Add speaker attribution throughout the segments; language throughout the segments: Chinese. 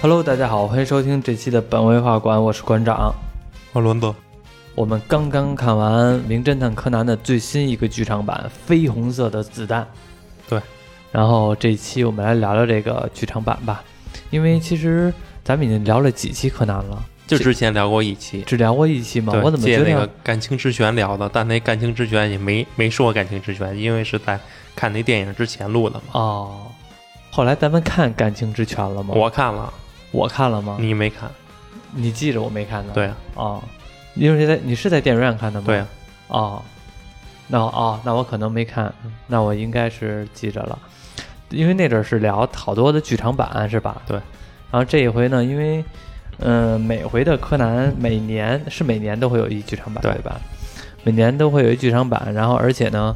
Speaker 1: Hello，大家好，欢迎收听这期的本位画馆，我是馆长。
Speaker 2: 啊，伦子，
Speaker 1: 我们刚刚看完《名侦探柯南》的最新一个剧场版《绯红色的子弹》。
Speaker 2: 对。
Speaker 1: 然后这一期我们来聊聊这个剧场版吧，因为其实咱们已经聊了几期柯南了，
Speaker 2: 就之前聊过一期，
Speaker 1: 只聊过一期嘛
Speaker 2: 对，
Speaker 1: 我怎么
Speaker 2: 借
Speaker 1: 觉
Speaker 2: 那个
Speaker 1: 得
Speaker 2: 感情之泉聊的？但那感情之泉也没没说感情之泉，因为是在看那电影之前录的嘛。
Speaker 1: 哦？后来咱们看《感情之泉》了吗？
Speaker 2: 我看了，
Speaker 1: 我看了吗？
Speaker 2: 你没看？
Speaker 1: 哦你记着我没看呢？
Speaker 2: 对啊，
Speaker 1: 哦，因为是在你是在电影院看的吗？
Speaker 2: 对啊，
Speaker 1: 哦，那哦，那我可能没看，嗯那我应该是记着了，因为那阵儿是聊好多的剧场版是吧？
Speaker 2: 对。
Speaker 1: 然后这一回呢，因为嗯、呃每回的柯南每年是每年都会有一剧场版
Speaker 2: 对
Speaker 1: 吧？每年都会有一剧场版，然后而且呢，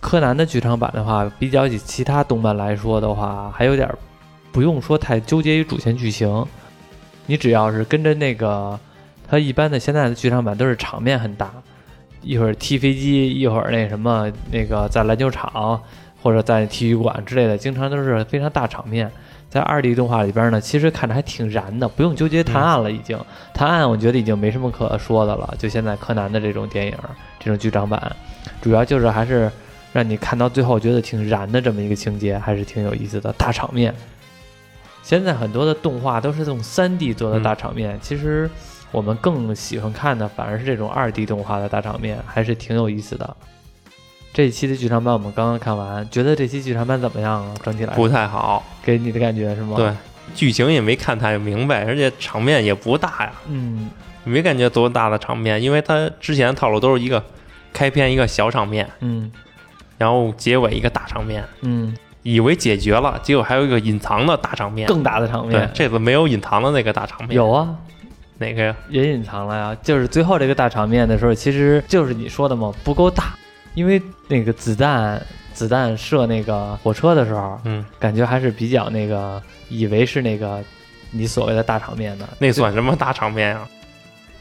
Speaker 1: 柯南的剧场版的话，比较起其他动漫来说的话，还有点儿不用说太纠结于主线剧情，你只要是跟着那个，它一般的现在的剧场版都是场面很大，一会儿踢飞机，一会儿那什么那个在篮球场或者在体育馆之类的，经常都是非常大场面。在二 D 动画里边呢，其实看着还挺燃的，不用纠结探案了，已经、探案我觉得已经没什么可说的了。就现在柯南的这种电影，这种剧场版，主要就是还是让你看到最后觉得挺燃的这么一个情节，还是挺有意思的大场面。现在很多的动画都是用三 D 做的大场面，其实我们更喜欢看的反而是这种二 D 动画的大场面，还是挺有意思的。这一期的剧场版我们刚刚看完，觉得这期剧场版怎么样啊？整体来说
Speaker 2: 不太好。
Speaker 1: 给你的感觉是吗？
Speaker 2: 对，，剧情也没看太明白，而且场面也不大呀，
Speaker 1: 嗯，
Speaker 2: 没感觉多大的场面，因为它之前的套路都是一个开篇一个小场面，
Speaker 1: 嗯
Speaker 2: 然后结尾一个大场面，
Speaker 1: 嗯，
Speaker 2: 以为解决了，结果还有一个隐藏的大场面。
Speaker 1: 更大的场
Speaker 2: 对
Speaker 1: 面，
Speaker 2: 这次没有隐藏的那个大场面，
Speaker 1: 有啊，
Speaker 2: 哪个呀？
Speaker 1: 也隐藏了呀。就是最后这个大场面的时候，其实就是你说的嘛，不够大，因为那个子弹子弹射那个火车的时候，
Speaker 2: 嗯，
Speaker 1: 感觉还是比较那个，以为是那个你所谓的大场面的。
Speaker 2: 那算什么大场面啊？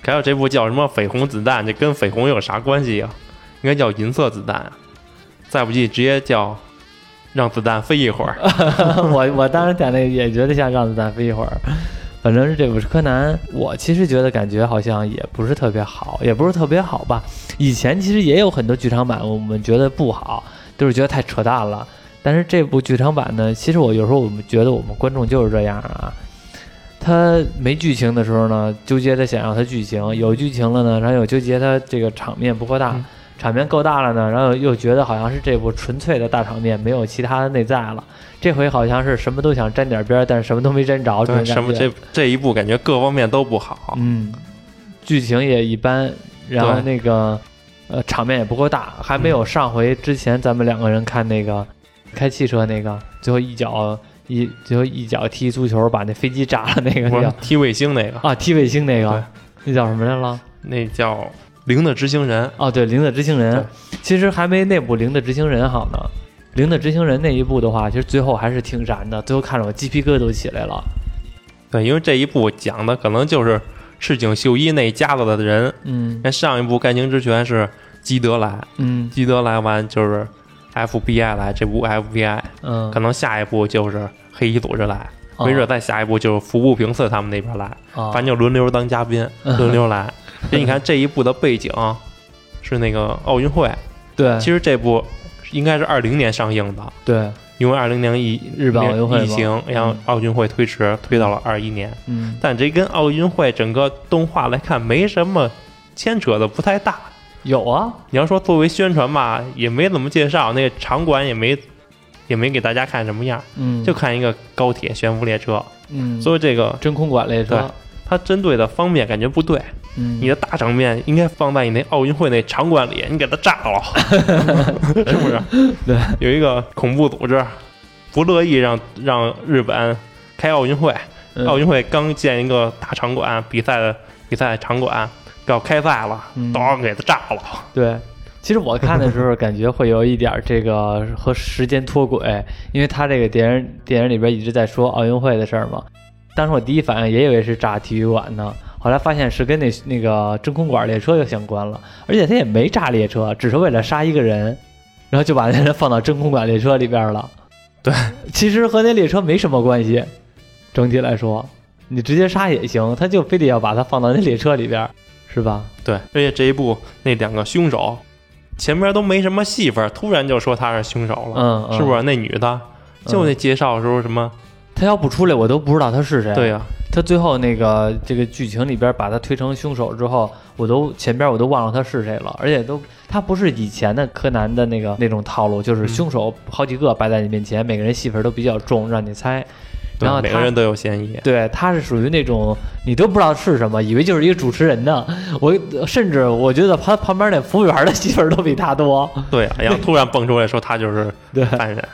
Speaker 2: 还有这部叫什么《绯红子弹》，这跟绯红有啥关系啊？应该叫银色子弹啊！再不济直接叫让子弹飞一会儿。
Speaker 1: 啊我我当时在那也觉得像让子弹飞一会儿，反正是这部柯南，我其实觉得感觉好像也不是特别好，也不是特别好吧。以前其实也有很多剧场版，我们觉得不好，就是觉得太扯淡了。但是这部剧场版呢，其实我有时候我们觉得我们观众就是这样啊，他没剧情的时候呢，纠结他想要他剧情；有剧情了呢，然后又纠结他这个场面不够大。
Speaker 2: 嗯
Speaker 1: 场面够大了呢，然后又觉得好像是这部纯粹的大场面，没有其他的内在了。这回好像是什么都想沾点边儿，但是什么都没沾着，这种
Speaker 2: 对，
Speaker 1: 感觉
Speaker 2: 什么这这一部感觉各方面都不好。
Speaker 1: 嗯，剧情也一般，然后那个呃场面也不够大，还没有上回之前咱们两个人看那个开汽车那个，最后一脚一最后一脚踢足球把那飞机炸了那个
Speaker 2: 不是
Speaker 1: 叫
Speaker 2: 踢卫星那个，
Speaker 1: 啊踢卫星那
Speaker 2: 对
Speaker 1: 个，那叫什么来了？
Speaker 2: 那叫《零的执行人》。
Speaker 1: 哦，对，《零的执行人
Speaker 2: 对》
Speaker 1: 其实还没那部《零的执行人》好呢。《零的执行人》那一部的话，其实最后还是挺燃的，最后看着我鸡皮疙瘩都起来了。
Speaker 2: 对，因为这一部讲的可能就是赤井秀一那一家子的人。
Speaker 1: 嗯
Speaker 2: 那上一部《干情之泉》是基德来，
Speaker 1: 嗯
Speaker 2: 基德来完就是 FBI 来，这部 FBI
Speaker 1: 嗯
Speaker 2: 可，能下一步就是黑衣组织来，没
Speaker 1: 哦
Speaker 2: 准再下一步就是服部平次他们那边来，
Speaker 1: 啊，
Speaker 2: 反正就轮流当嘉宾，
Speaker 1: 嗯
Speaker 2: 轮 流来。所以你看这一部的背景是那个奥运会，
Speaker 1: 对
Speaker 2: 其实这部应该是二零年上映的，
Speaker 1: 对，
Speaker 2: 因为二零年疫
Speaker 1: 日本奥运会
Speaker 2: 疫
Speaker 1: 嘛
Speaker 2: 情，然后
Speaker 1: 嗯
Speaker 2: 奥运会推迟推到了二一年，
Speaker 1: 嗯。
Speaker 2: 但这跟奥运会整个动画来看没什么牵扯的，不太大。
Speaker 1: 有啊，
Speaker 2: 你要说作为宣传吧，也没怎么介绍，那个场馆也没也没给大家看什么样，
Speaker 1: 嗯，
Speaker 2: 就看一个高铁悬浮列车。
Speaker 1: 嗯，
Speaker 2: 所以这个
Speaker 1: 真空管列车
Speaker 2: 对，它针对的方面感觉不对，
Speaker 1: 嗯，
Speaker 2: 你的大场面应该放在你那奥运会那场馆里，你给它炸 了，是不是？
Speaker 1: 对，
Speaker 2: 有一个恐怖组织不乐意让让日本开奥运会，
Speaker 1: 嗯
Speaker 2: 奥运会刚建一个大场馆，比赛的比赛场馆要开赛了
Speaker 1: 嗯，
Speaker 2: 都给它炸了。
Speaker 1: 对。其实我看的时候，感觉会有一点儿这个 和时间脱轨，因为他这个电影电影里边一直在说奥运会的事儿嘛。当时我第一反应也以为是炸体育馆呢，后来发现是跟那那个真空管列车有相关了，而且他也没炸列车，只是为了杀一个人，然后就把那人放到真空管列车里边了。
Speaker 2: 对，
Speaker 1: 其实和那列车没什么关系，整体来说，你直接杀也行，他就非得要把它放到那列车里边儿，是吧？
Speaker 2: 对，而且这一部那两个凶手前面都没什么戏份，突然就说他是凶手了，
Speaker 1: 嗯，嗯
Speaker 2: 是不？是？那女的就那介绍的时候什么，
Speaker 1: 他要不出来，我都不知道他是谁。啊
Speaker 2: 对呀、
Speaker 1: 他最后那个这个剧情里边把他推成凶手之后，我都前边我都忘了他是谁了，而且都他不是以前的柯南的那个那种套路，就是
Speaker 2: 嗯
Speaker 1: 凶手好几个摆在你面前，每个人戏份都比较重，让你猜。
Speaker 2: 对
Speaker 1: 然后
Speaker 2: 每
Speaker 1: 他
Speaker 2: 个人都有嫌疑，
Speaker 1: 对，他是属于那种你都不知道是什么，以为就是一个主持人呢。我甚至我觉得他旁边那服务员的戏份都比他多。
Speaker 2: 对哎呀、然后突然蹦出来说他就是
Speaker 1: 对，
Speaker 2: 犯人，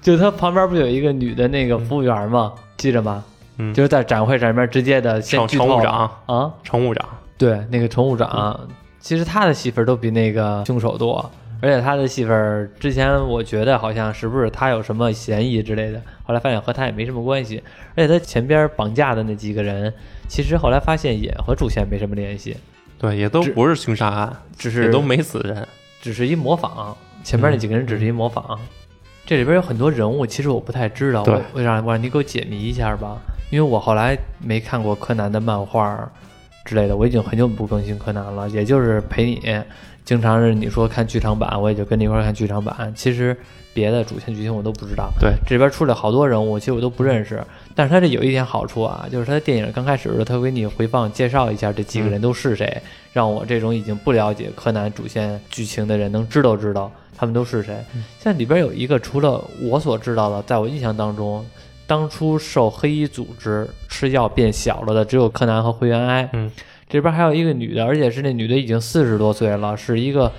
Speaker 1: 就他旁边不有一个女的那个服务员吗？记着吗？
Speaker 2: 嗯
Speaker 1: 就是在展会上面直接的先
Speaker 2: 乘
Speaker 1: 剧
Speaker 2: 乘
Speaker 1: 透
Speaker 2: 务
Speaker 1: 了
Speaker 2: 长，嗯
Speaker 1: 啊，
Speaker 2: 乘务长，
Speaker 1: 对，那个乘务长，其实他的戏份都比那个凶手多，而且他的戏份之前我觉得好像是不是他有什么嫌疑之类的，后来发现和他也没什么关系，而且他前边绑架的那几个人，其实后来发现也和主线没什么联系，
Speaker 2: 对，也都
Speaker 1: 只
Speaker 2: 不是凶杀案，
Speaker 1: 只
Speaker 2: 也
Speaker 1: 是嗯
Speaker 2: 都没死人，
Speaker 1: 只是一模仿，前边那几个人只是一模仿。这里边有很多人物，其实我不太知道，
Speaker 2: 对
Speaker 1: 我我让我让你给我解谜一下吧，因为我后来没看过柯南的漫画之类的，我已经很久不更新柯南了，也就是陪你，经常是你说看剧场版，我也就跟你一块儿看剧场版，其实别的主线剧情我都不知道。
Speaker 2: 对，
Speaker 1: 这里边出来好多人物，其实我都不认识，但是他这有一点好处啊，就是他电影刚开始的时候，他会给你回放介绍一下这几个人都是谁，让我这种已经不了解柯南主线剧情的人能知道知道他们都是谁。像里边有一个，除了我所知道的，在我印象当中，当初受黑衣组织吃药变小了的，只有柯南和灰原哀。
Speaker 2: 嗯，
Speaker 1: 这边还有一个女的，而且是那女的已经四十多岁了，是一个。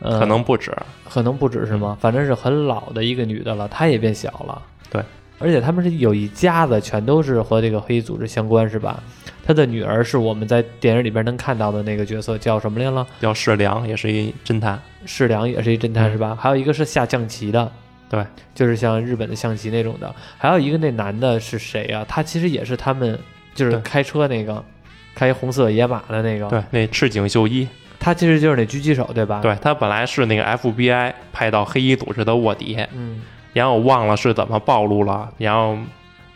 Speaker 1: 呃、
Speaker 2: 可能不止，
Speaker 1: 可能不止是吗？反正是很老的一个女的了，她也变小了。
Speaker 2: 对，
Speaker 1: 而且他们是有一家子，全都是和这个黑衣组织相关，是吧？她的女儿是我们在电影里边能看到的那个角色，叫什么来了？
Speaker 2: 叫世良，也是一侦探，
Speaker 1: 世良也是一侦探，
Speaker 2: 嗯
Speaker 1: 是吧？还有一个是下象棋的，
Speaker 2: 对，
Speaker 1: 就是像日本的象棋那种的。还有一个那男的是谁呀、他其实也是他们，就是
Speaker 2: 对
Speaker 1: 开车那个，开红色野马的那个。
Speaker 2: 对，那赤井秀一，
Speaker 1: 他其实就是那狙击手，对吧？，
Speaker 2: 对他本来是那个 FBI 派到黑衣组织的卧底，
Speaker 1: 嗯
Speaker 2: 然后我忘了是怎么暴露了，然后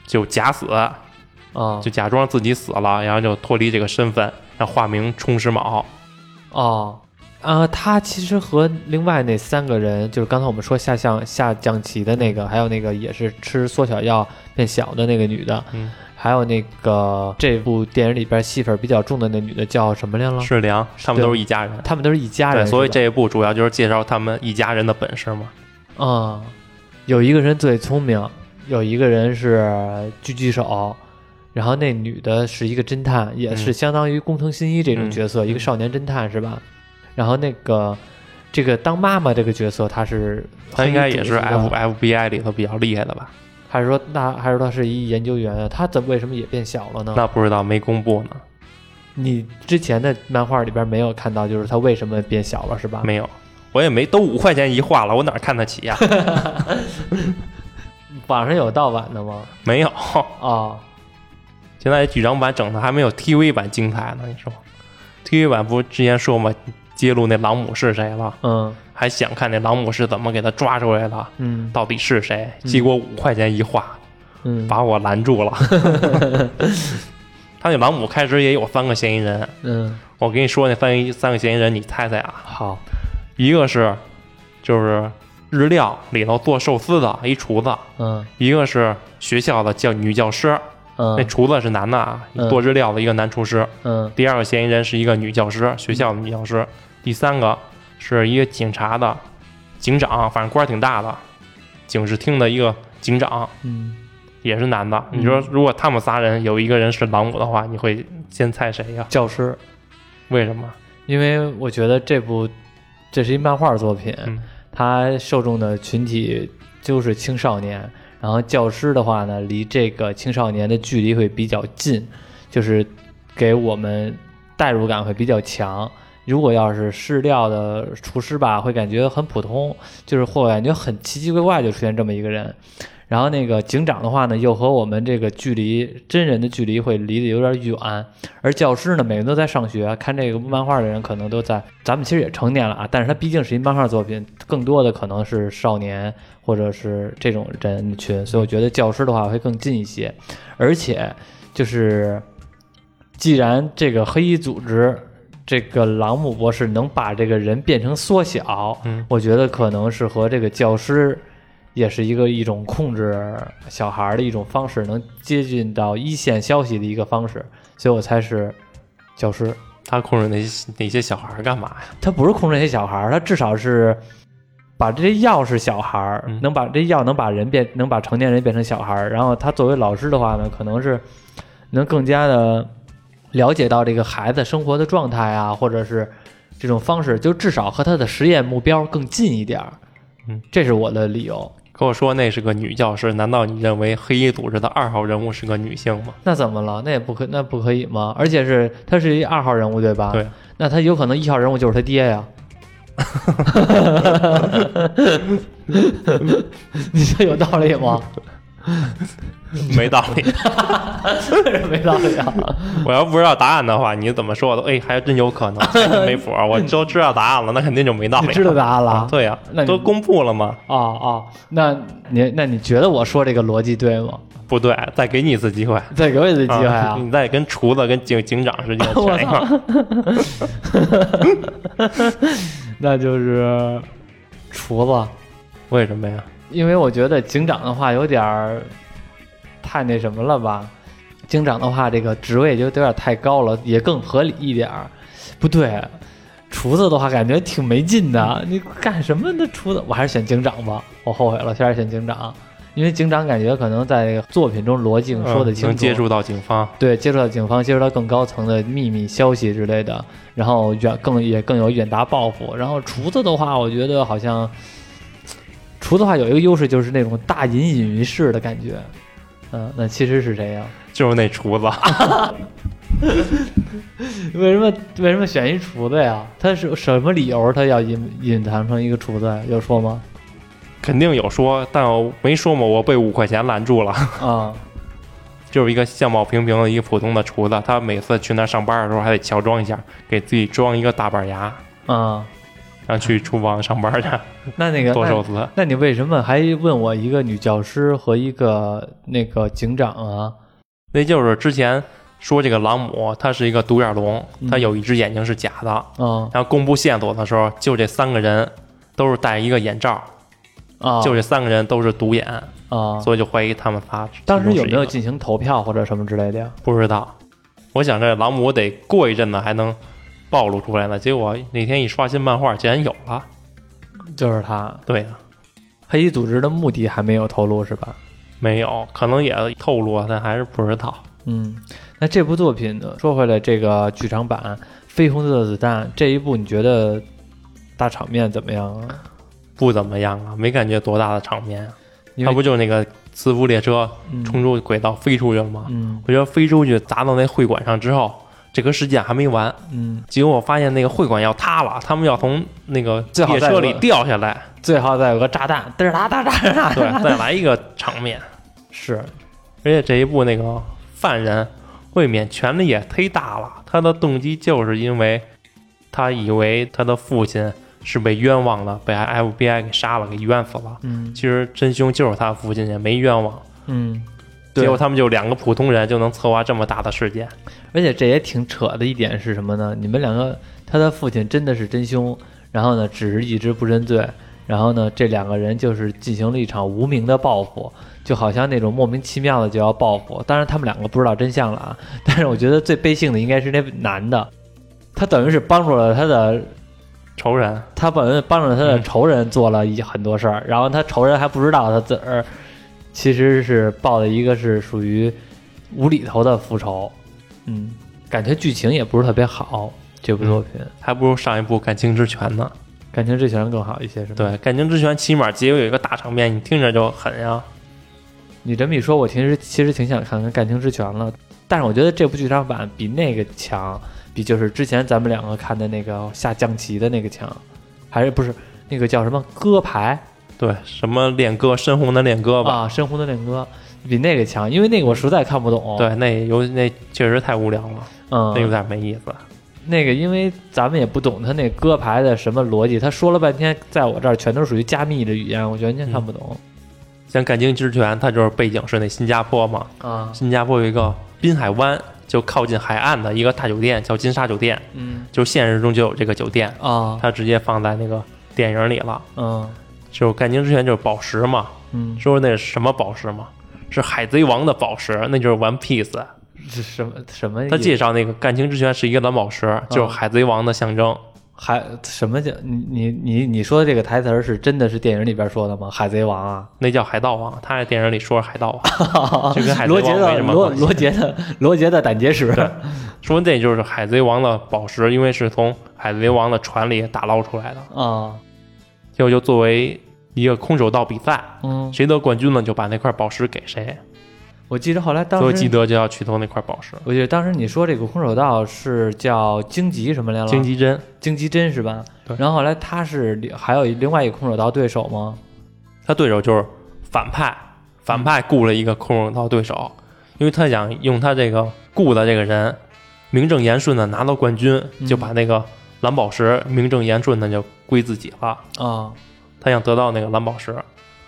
Speaker 2: 就假死，
Speaker 1: 啊
Speaker 2: 就假装自己死了，然后就脱离这个身份，然后化名冲石卯。
Speaker 1: 哦，啊，他其实和另外那三个人，就是刚才我们说下象下象棋的那个，还有那个也是吃缩小药变小的那个女的，
Speaker 2: 嗯，
Speaker 1: 还有那个这部电影里边戏份比较重的那女的叫什么来了？
Speaker 2: 世良，他
Speaker 1: 嗯
Speaker 2: 们
Speaker 1: 对
Speaker 2: 都是一家人。
Speaker 1: 他们都是一家
Speaker 2: 对，
Speaker 1: 人，
Speaker 2: 所以
Speaker 1: 是吧
Speaker 2: 这一部主要就是介绍他们一家人的本事嘛。
Speaker 1: 啊、有一个人最聪明，有一个人是狙击手。然后那女的是一个侦探，也是
Speaker 2: 嗯
Speaker 1: 相当于工藤新一这种角色，
Speaker 2: 嗯
Speaker 1: 一个少年侦探是吧？然后那个这个当妈妈这个角色，她是
Speaker 2: 他应该也是
Speaker 1: 黑衣组织
Speaker 2: F
Speaker 1: 的
Speaker 2: FBI 里头比较厉害的吧？
Speaker 1: 还是说那还是说她是一研究员啊？她怎么为什么也变小了呢？
Speaker 2: 那不知道没公布呢，
Speaker 1: 你之前的漫画里边没有看到，就是她为什么变小了是吧？
Speaker 2: 没有，我也没都五块钱一画了，我哪看得起 呀、
Speaker 1: 网上有盗版的吗？
Speaker 2: 没有，
Speaker 1: 啊、
Speaker 2: 现在剧场版整的还没有 TV 版精彩呢，你说？TV 版不之前说嘛，揭露那朗姆是谁了，
Speaker 1: 嗯
Speaker 2: 还想看那朗姆是怎么给他抓出来的，
Speaker 1: 嗯
Speaker 2: 到底是谁？
Speaker 1: 嗯
Speaker 2: 结果五块钱一画，
Speaker 1: 嗯
Speaker 2: 把我拦 住了。他那朗姆开始也有三个嫌疑人，
Speaker 1: 嗯，
Speaker 2: 我跟你说那三个三个嫌疑人，你猜猜啊？
Speaker 1: 好，
Speaker 2: 一个是就是日料里头做寿司的一厨子，
Speaker 1: 嗯
Speaker 2: 一个是学校的教女教师，那
Speaker 1: 嗯
Speaker 2: 厨子是男的啊，
Speaker 1: 嗯
Speaker 2: 做日料的一个男厨师。
Speaker 1: 嗯
Speaker 2: 第二个嫌疑人是一个女教师，学校的女教师。第三个是一个警察的警长，反正官儿挺大的，警视厅的一个警长，
Speaker 1: 嗯，
Speaker 2: 也是男的。
Speaker 1: 嗯
Speaker 2: 你说，如果他们仨人有一个人是朗姆的话，你会先猜谁呀？
Speaker 1: 教师，
Speaker 2: 为什么？
Speaker 1: 因为我觉得这部这是一漫画作品，
Speaker 2: 嗯
Speaker 1: 它受众的群体就是青少年，然后教师的话呢，离这个青少年的距离会比较近，就是给我们代入感会比较强。如果要是饲料的厨师吧，会感觉很普通，就是会感觉很奇奇怪怪就出现这么一个人。然后那个警长的话呢，又和我们这个距离真人的距离会离得有点远，而教师呢，每个人都在上学，看这个漫画的人可能都在，咱们其实也成年了啊，但是它毕竟是一漫画作品，更多的可能是少年或者是这种人群，所以我觉得教师的话会更近一些，而且就是既然这个黑衣组织。这个朗姆博士能把这个人变成缩小，
Speaker 2: 嗯
Speaker 1: 我觉得可能是和这个教师也是一个一种控制小孩儿的一种方式，能接近到一线消息的一个方式，所以我猜是教师。
Speaker 2: 他控制那些那些小孩儿干嘛呀？
Speaker 1: 他不是控制那些小孩儿，他至少是把这些钥匙小孩儿、
Speaker 2: 嗯
Speaker 1: 能把这药能把人变，能把成年人变成小孩儿。然后他作为老师的话呢，可能是能更加的了解到这个孩子生活的状态啊，或者是这种方式，就至少和他的实验目标更近一点儿。
Speaker 2: 嗯，
Speaker 1: 这是我的理由。
Speaker 2: 跟我说那是个女教师，难道你认为黑衣组织的二号人物是个女性吗？
Speaker 1: 那怎么了？那也不可，那不可以吗？而且是他是一二号人物，对吧？
Speaker 2: 对。
Speaker 1: 那他有可能一号人物就是他爹 呀。你这有道理 吗？
Speaker 2: 没道 理。
Speaker 1: 没道理啊！
Speaker 2: 我要不知道答案的话，你怎么说的？哎，还真有 可能，还真没谱。啊我都知道答案了，那肯定就没道理
Speaker 1: 你
Speaker 2: 了。
Speaker 1: 知道答案
Speaker 2: 啊
Speaker 1: 了？
Speaker 2: 对呀、
Speaker 1: 那你
Speaker 2: 都公布了吗？
Speaker 1: 哦哦，那你那你觉得我说这个逻辑对吗？
Speaker 2: 不对，再给你一次机会。
Speaker 1: 再给我一次机会啊！
Speaker 2: 你再跟厨子、跟警警长 是间
Speaker 1: 我
Speaker 2: 选一个。
Speaker 1: 那就是厨子，
Speaker 2: 为什么呀？
Speaker 1: 因为我觉得警长的话有点儿太那什么了吧，警长的话这个职位就有点太高了，也更合理一点儿。不对，厨子的话感觉挺没劲的，你干什么呢？厨子，我还是选警长吧，我后悔了，现在选警长，因为警长感觉可能在这个作品中逻辑更说得
Speaker 2: 嗯
Speaker 1: 清楚，
Speaker 2: 能接触到警方，
Speaker 1: 对，接触到警方，接触到更高层的秘密消息之类的，然后远更也更有远大抱负。然后厨子的话，我觉得好像厨子的话有一个优势，就是那种大隐隐于市的感觉。嗯，那其实是这样。
Speaker 2: 就是那厨子。
Speaker 1: 为什么为什么选一厨子呀？他是什么理由他要隐隐藏成一个厨子呀？有说吗？
Speaker 2: 肯定有说，但我没说嘛，我被五块钱拦住了。
Speaker 1: 啊、
Speaker 2: 就是一个相貌平平的一个普通的厨子，他每次去那儿上班的时候还得乔装一下，给自己装一个大板牙，
Speaker 1: 啊、
Speaker 2: 然后去厨房上班去
Speaker 1: 那那个
Speaker 2: 做寿
Speaker 1: 那
Speaker 2: 司。
Speaker 1: 那你为什么还问我一个女教师和一个那个警长啊？
Speaker 2: 那就是之前说这个朗姆，他是一个独眼龙，
Speaker 1: 嗯
Speaker 2: 他有一只眼睛是假的。
Speaker 1: 啊
Speaker 2: 然后公布线索的时候，就这三个人都是戴一个眼罩，
Speaker 1: 啊！
Speaker 2: 就这三个人都是独眼，
Speaker 1: 啊，
Speaker 2: 所以就怀疑他们仨其中
Speaker 1: 当时有
Speaker 2: 是一
Speaker 1: 没有
Speaker 2: 个
Speaker 1: 进行投票或者什么之类的呀？
Speaker 2: 不知道。我想这朗姆得过一阵子还能暴露出来呢，结果那天一刷新漫画，竟然有了。
Speaker 1: 就是他
Speaker 2: 对呀、
Speaker 1: 黑衣组织的目的还没有透露是吧？
Speaker 2: 没有，可能也透露了，但还是不知道。
Speaker 1: 嗯，那这部作品呢？说回来，这个剧场版《绯红色的子弹》这一部，你觉得大场面怎么样啊？
Speaker 2: 不怎么样啊，没感觉多大的场面啊。
Speaker 1: 因为
Speaker 2: 他不就那个磁浮列车
Speaker 1: 嗯
Speaker 2: 冲出轨道飞出去了吗？
Speaker 1: 嗯
Speaker 2: 我觉得飞出去砸到那会馆上之后，这个事件还没完。
Speaker 1: 嗯，
Speaker 2: 结果我发现那个会馆要塌了，他们要从那个
Speaker 1: 最好
Speaker 2: 列
Speaker 1: 再
Speaker 2: 车
Speaker 1: 有
Speaker 2: 里
Speaker 1: 个
Speaker 2: 掉 下来，
Speaker 1: 最好再有个炸弹，嘚儿哒哒哒哒哒。
Speaker 2: 对，再来一个场面。
Speaker 1: 是，
Speaker 2: 而且这一部那个犯人未免权力也忒大了，他的动机就是因为他以为他的父亲是被冤枉了，被 FBI 给杀了，给冤死了。
Speaker 1: 嗯
Speaker 2: 其实真凶就是他父亲，也没冤枉。
Speaker 1: 嗯，对
Speaker 2: 结果他们就两个普通人就能策划这么大的事件，
Speaker 1: 而且这也挺扯的一点是什么呢？你们两个，他的父亲真的是真凶，然后呢，只是一直不认罪，然后呢，这两个人就是进行了一场无名的报复，就好像那种莫名其妙的就要报复。当然，他们两个不知道真相了啊。 但是我觉得最悲性的应该是那男的，他等于是帮助了他的，
Speaker 2: 仇人
Speaker 1: 他本来帮助了他
Speaker 2: 嗯
Speaker 1: 的仇人做了一很多事儿，然后他仇人还不知道他自个儿其实是报的一个是属于无厘头的复仇。嗯，感觉剧情也不是特别好，这部作品、
Speaker 2: 还不如上一部《感情之泉》呢。
Speaker 1: 感情这些人更好一些，是吗？
Speaker 2: 对，《感情之泉》起码结尾有一个大场面，你听着就狠呀。
Speaker 1: 你这么一说，我其实其实挺想看看《感情之泉》了，但是我觉得这部剧场版比那个强，比就是之前咱们两个看的那个下象棋的那个强，还是不是那个叫什么歌牌？
Speaker 2: 对，什么恋歌，深红的恋歌吧，
Speaker 1: 啊，深红的恋歌比那个强，因为那个我实在看不懂。，
Speaker 2: 对，那有那确实太无聊了，
Speaker 1: 嗯，
Speaker 2: 那有点没意思。
Speaker 1: 那个，因为咱们也不懂他那歌牌的什么逻辑，他说了半天，在我这儿全都属于加密的语言，我完全看不懂、
Speaker 2: 像《感情之泉》，它就是背景是那新加坡嘛，
Speaker 1: 啊。
Speaker 2: 新加坡有一个滨海湾，就靠近海岸的一个大酒店，叫金沙酒店，
Speaker 1: 嗯
Speaker 2: 就现实中就有这个酒店，
Speaker 1: 啊
Speaker 2: 它直接放在那个电影里了。
Speaker 1: 嗯
Speaker 2: 就是《感情之泉》就是宝石嘛，
Speaker 1: 嗯，
Speaker 2: 说那是什么宝石嘛？是海贼王的宝石，那就是 One Piece。
Speaker 1: 这什么什么意思？
Speaker 2: 他介绍那个感情之泉是一个蓝宝
Speaker 1: 嗯
Speaker 2: 石，就是海贼王的象征。
Speaker 1: 海什么叫你你你你说的这个台词儿是真的是电影里边说的吗？海贼王啊，
Speaker 2: 那叫海盗王，他在电影里说是海盗 王，就跟海贼
Speaker 1: 罗杰
Speaker 2: 王没
Speaker 1: 的
Speaker 2: 什么
Speaker 1: 罗
Speaker 2: 关系。
Speaker 1: 罗杰的罗杰的胆结石。
Speaker 2: 说那就是海贼王的宝石，因为是从海贼王的船里打捞出来的。
Speaker 1: 啊
Speaker 2: 结果就作为一个空手道比赛，
Speaker 1: 嗯，
Speaker 2: 谁得冠军了就把那块宝石给谁。
Speaker 1: 我记得后来
Speaker 2: 所以
Speaker 1: 当
Speaker 2: 基
Speaker 1: 时
Speaker 2: 德就要去偷那块宝石。
Speaker 1: 我记得当时你说这个空手道是叫荆棘什么来了？
Speaker 2: 荆棘针
Speaker 1: 荆棘针是吧？
Speaker 2: 对
Speaker 1: 然后后来他是里还有另外一个空手道对手吗？
Speaker 2: 他对手就是反派，反派雇了一个空手道对手，因为他想用他这个雇的这个人名正言顺的拿到冠军，
Speaker 1: 嗯
Speaker 2: 就把那个蓝宝石名正言顺的就归自己了。
Speaker 1: 啊，
Speaker 2: 他想得到那个蓝宝石，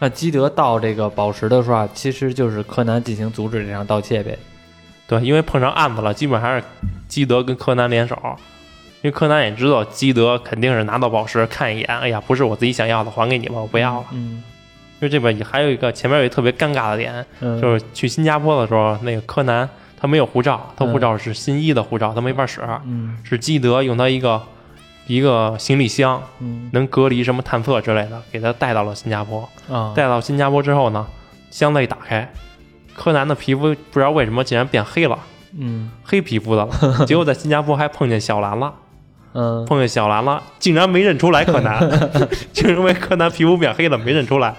Speaker 1: 那基德到这个宝石的时候啊，其实就是柯南进行阻止这场盗窃呗。
Speaker 2: 对，因为碰上案子了，基本还是基德跟柯南联手。因为柯南也知道基德肯定是拿到宝石看一眼，哎呀，不是我自己想要的，还给你吧，我不要了。
Speaker 1: 嗯
Speaker 2: 因为这边也还有一个前面有一个特别尴尬的点，
Speaker 1: 嗯，
Speaker 2: 就是去新加坡的时候，那个柯南他没有护照，他
Speaker 1: 嗯
Speaker 2: 护照是新一的护照，他没法使，
Speaker 1: 嗯
Speaker 2: 是基德用他一个一个行李箱
Speaker 1: 嗯
Speaker 2: 能隔离什么探测之类的，给他带到了新加坡。
Speaker 1: 啊
Speaker 2: 带到新加坡之后呢，箱子一打开，柯南的皮肤不知道为什么竟然变黑了，
Speaker 1: 嗯
Speaker 2: 黑皮肤 的了。结果在新加坡还碰见小兰了，
Speaker 1: 嗯
Speaker 2: 碰见小兰了，竟然没认出来柯南， 就因为柯南皮肤变黑了没认出来，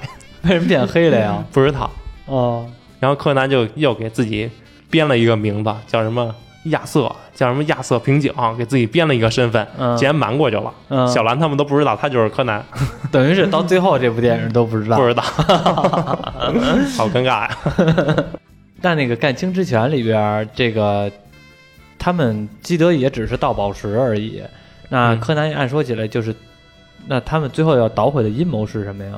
Speaker 1: 为什么变黑了呀？
Speaker 2: 不知道。
Speaker 1: 哦
Speaker 2: 然后柯南就又给自己编了一个名字，叫什么亚瑟，叫什么亚瑟平井，给自己编了一个身份，
Speaker 1: 嗯
Speaker 2: 竟然瞒过去了。
Speaker 1: 嗯，
Speaker 2: 小兰他们都不知道他就是柯南，
Speaker 1: 等于是到最后这部电影都不知道
Speaker 2: 不。知 道，好尴尬呀、
Speaker 1: 那那个《干青之拳》里边儿，这个他们基德也只是盗宝石而已。那
Speaker 2: 嗯
Speaker 1: 柯南按说起来就是，那他们最后要捣毁的阴谋是什么呀？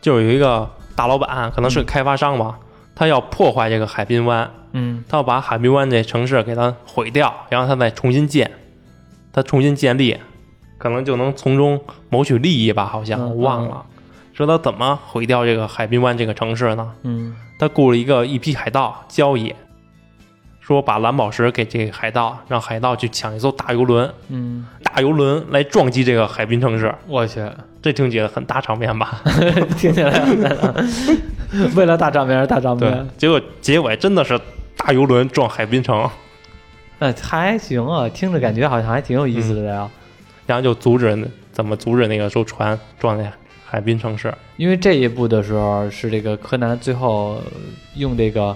Speaker 2: 就是有一个大老板，可能是个开发商吧，他要破坏这个海滨湾，
Speaker 1: 嗯
Speaker 2: 他要把海滨湾这城市给它毁掉，然后他再重新建，他重新建立，可能就能从中谋取利益吧，好像、
Speaker 1: 嗯
Speaker 2: 我忘了。说他怎么毁掉这个海滨湾这个城市呢？
Speaker 1: 嗯
Speaker 2: 他雇了一个一批海盗交易，说把蓝宝石给这个海盗，让海盗去抢一艘大游轮，
Speaker 1: 嗯，
Speaker 2: 大游轮来撞击这个海滨城市，
Speaker 1: 我去，
Speaker 2: 这听起来很大场面吧？
Speaker 1: 听起来 为了大场面而大场
Speaker 2: 对
Speaker 1: 面，，
Speaker 2: 结果结尾真的是大游轮撞海滨城，
Speaker 1: 那哎还行啊，听着感觉好像还挺有意思的呀。
Speaker 2: 然后就阻止那怎么阻止那个艘船撞在海滨城市？
Speaker 1: 因为这一部的时候是这个柯南最后用这个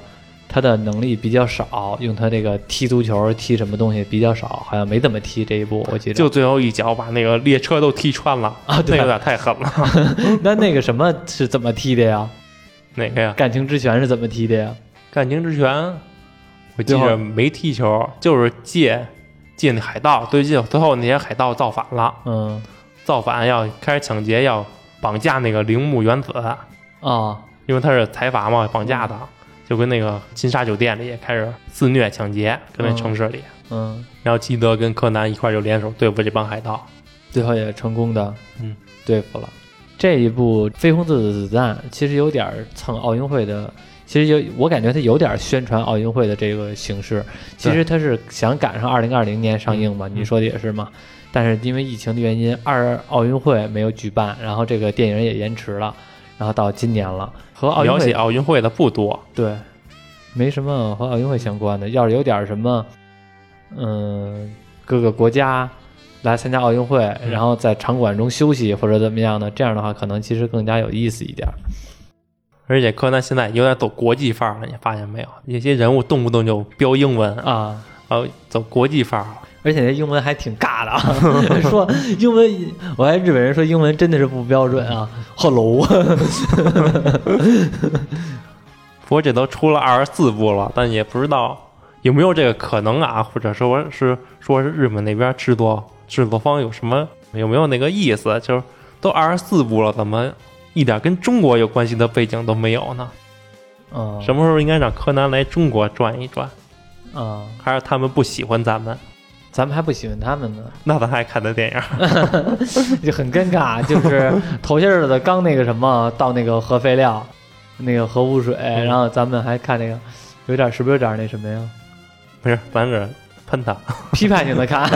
Speaker 1: 他的能力比较少，用他这个踢足球踢什么东西比较少，好像没怎么踢这一部，我记得。
Speaker 2: 就最后一脚把那个列车都踢穿了
Speaker 1: 啊
Speaker 2: 那
Speaker 1: 对
Speaker 2: 有点太狠 了。
Speaker 1: 那那个什么是怎么踢的呀？
Speaker 2: 哪个呀？
Speaker 1: 感情之泉是怎么踢的呀？
Speaker 2: 感情之泉，我记
Speaker 1: 最后
Speaker 2: 着没踢球，就是借借那海盗，对，借最后那些海盗造反了，
Speaker 1: 嗯
Speaker 2: 造反要开始抢劫，要绑架那个铃木原子，
Speaker 1: 啊
Speaker 2: 因为他是财阀嘛，绑架的，
Speaker 1: 嗯
Speaker 2: 就跟那个金沙酒店里也开始肆虐抢劫，跟那
Speaker 1: 嗯
Speaker 2: 城市里，
Speaker 1: 嗯，
Speaker 2: 然后基德跟柯南一块儿就联手对付这帮海盗。
Speaker 1: 最后也成功的
Speaker 2: 嗯
Speaker 1: 对付了。这一部《绯红色的子弹》其实有点儿蹭奥运会的，其实有我感觉它有点儿宣传奥运会的这个形式。其实它是想赶上二零二零年上映嘛，
Speaker 2: 嗯
Speaker 1: 你说的也是嘛。但是因为疫情的原因，二奥运会没有举办，然后这个电影也延迟了，然后到今年了，和奥运
Speaker 2: 描
Speaker 1: 会
Speaker 2: 写奥运会的不多，
Speaker 1: 对，没什么和奥运会相关的。要是有点什么，嗯，各个国家来参加奥运会，
Speaker 2: 嗯
Speaker 1: 然后在场馆中休息或者怎么样的，这样的话可能其实更加有意思一点。
Speaker 2: 而且柯南现在有点走国际范儿了，你发现没有？有些人物动不动就标英文，
Speaker 1: 啊
Speaker 2: 呃，走国际范儿了。
Speaker 1: 而且那英文还挺尬 的啊，说英文，我还日本人说英文真的是不标准啊，hello，
Speaker 2: 不过这都出了二十四部了，但也不知道有没有这个可能啊，或者说是说是日本那边制作制作方有什么有没有那个意思？就是都二十四部了，怎么一点跟中国有关系的背景都没有呢？
Speaker 1: 嗯，
Speaker 2: 什么时候应该让柯南来中国转一转？
Speaker 1: 啊、嗯，
Speaker 2: 还是他们不喜欢咱们？
Speaker 1: 咱们还不喜欢他们呢，
Speaker 2: 那咱还看他电 影？
Speaker 1: 就很尴尬。就是头些日子刚那个什么到那个核废料，那个核污水，然后咱们还看那个，有点是不是有点那什么呀？
Speaker 2: 不是，咱这喷他。
Speaker 1: 批判性的看，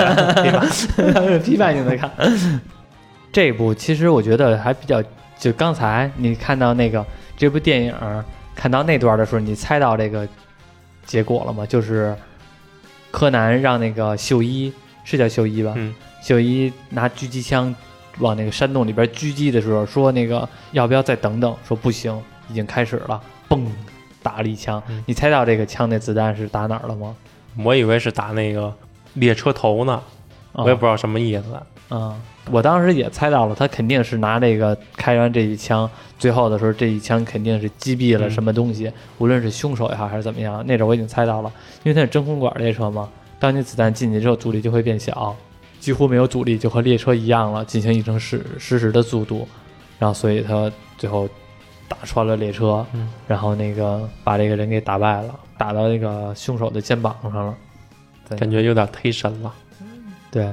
Speaker 1: 批判性的看。这部其实我觉得还比较，就刚才你看到那个这部电影儿看到那段儿的时候，你猜到这个结果了吗？就是柯南让那个秀一是叫秀一吧？
Speaker 2: 嗯
Speaker 1: 秀一拿狙击枪往那个山洞里边狙击的时候，说那个要不要再等等？说不行，已经开始了，嘣打了一枪。
Speaker 2: 嗯
Speaker 1: 你猜到这个枪那子弹是打哪儿了吗？
Speaker 2: 我以为是打那个列车头呢，
Speaker 1: 啊
Speaker 2: 我也不知道什么意思。
Speaker 1: 嗯，我当时也猜到了，他肯定是拿这个开完这一枪，最后的时候这一枪肯定是击毙了
Speaker 2: 嗯
Speaker 1: 什么东西，无论是凶手也好还是怎么样，那阵儿我已经猜到了，因为它是真空管列车嘛，当你子弹进去之后，阻力就会变小，几乎没有阻力，就和列车一样了，进行一程实实时的速度，然后所以他最后打穿了列车，
Speaker 2: 嗯
Speaker 1: 然后那个把这个人给打败了，打到那个凶手的肩膀上了，对
Speaker 2: 感觉有点忒神了。
Speaker 1: 对，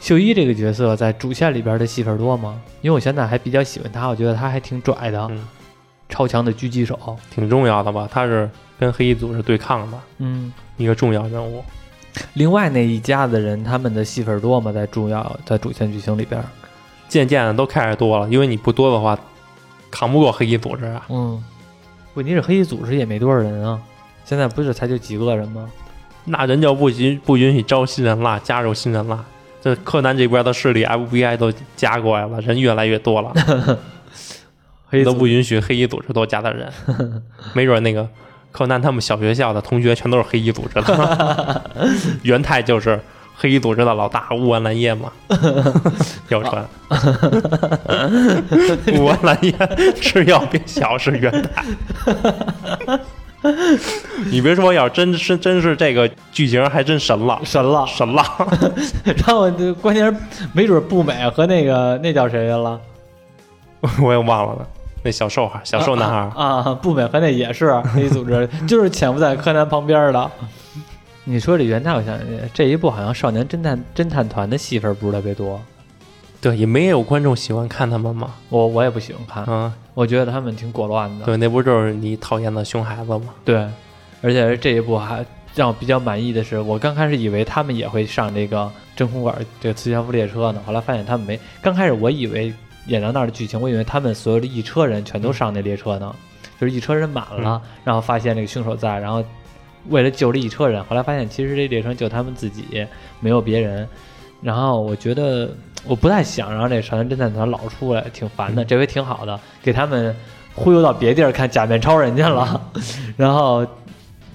Speaker 1: 秀一这个角色在主线里边的戏份多吗？因为我现在还比较喜欢他，我觉得他还挺拽的，
Speaker 2: 嗯
Speaker 1: 超强的狙击手。
Speaker 2: 挺重要的吧？他是跟黑衣组是对抗的
Speaker 1: 嗯，
Speaker 2: 一个重要任务，
Speaker 1: 另外那一家子人他们的戏份多吗？在重要在主线剧情里边，
Speaker 2: 渐渐的都开始多了，因为你不多的话，扛不过黑衣组织啊。
Speaker 1: 嗯，问题是黑衣组织也没多少人啊，现在不是才就几个人吗？
Speaker 2: 那人就不允不允许招新人了，加入新人了。这柯南这边的势力 FBI 都加过来了，人越来越多了，
Speaker 1: 黑衣
Speaker 2: 都
Speaker 1: 组
Speaker 2: 不允许黑衣组织多加 点人。没准那个柯南他们小学校的同学全都是黑衣组织的， 元太就是黑衣组织的老大乌丸兰 叶嘛，谣传。乌丸兰叶吃药变小是元太。你别说，要是真是真是这个剧情还真神 了，
Speaker 1: 神了，
Speaker 2: 神了！
Speaker 1: 然后就关键是没准步美和那个那叫谁了？
Speaker 2: 我也忘了呢，那小瘦孩，小瘦男孩，
Speaker 1: 啊啊，步美和那也是黑衣组织，就是潜伏在柯南旁边的。你说这元太，我想起来这一部好像少年侦探侦探团的戏份不是特别多，
Speaker 2: 对，也没有观众喜欢看他们嘛，
Speaker 1: 我我也不喜欢看，
Speaker 2: 啊，
Speaker 1: 我觉得他们挺裹乱的。
Speaker 2: 对，那不就是你讨厌的熊孩子吗？
Speaker 1: 对而且这一部还让我比较满意的是，我刚开始以为他们也会上这个真空管这个磁悬浮列车呢，后来发现他们没。刚开始我以为演到那儿的剧情，我以为他们所有的一车人全都上那列车呢，就是一车人满了，然后发现这个凶手在，然后为了救这一车人，后来发现其实这列车就他们自己，没有别人。然后我觉得我不太想让这少年侦探团老出来，挺烦的。这回挺好的，给他们忽悠到别地儿看假面超人去了，然后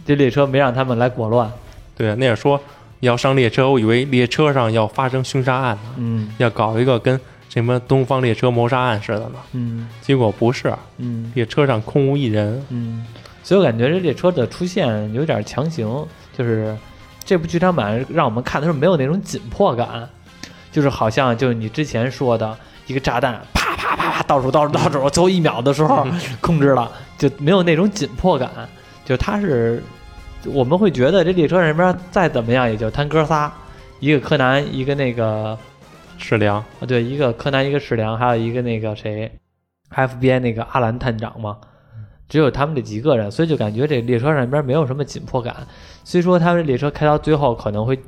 Speaker 1: 这列车没让他们来裹乱。
Speaker 2: 对，那也说要上列车，我以为列车上要发生凶杀案呢，
Speaker 1: 嗯
Speaker 2: 要搞一个跟什么东方列车谋杀案似的呢，
Speaker 1: 嗯
Speaker 2: 结果不是，
Speaker 1: 嗯
Speaker 2: 列车上空无一人。
Speaker 1: 嗯，所以我感觉这列车的出现有点强行，就是这部剧场版让我们看的时候没有那种紧迫感，就是好像就是你之前说的一个炸弹，啪啪啪啪倒数倒数倒数，最后一秒的时候控制了，就没有那种紧迫感，就是它是我们会觉得这列车上边再怎么样也就摊哥仨，一个柯南，一个那个
Speaker 2: 是良，
Speaker 1: 啊，对，一个柯南，一个赤良，还有一个那个谁，FBI 那个阿兰探长嘛，只有他们这几个人，所以就感觉这列车上边没有什么紧迫感。虽说他们列车开到最后可能会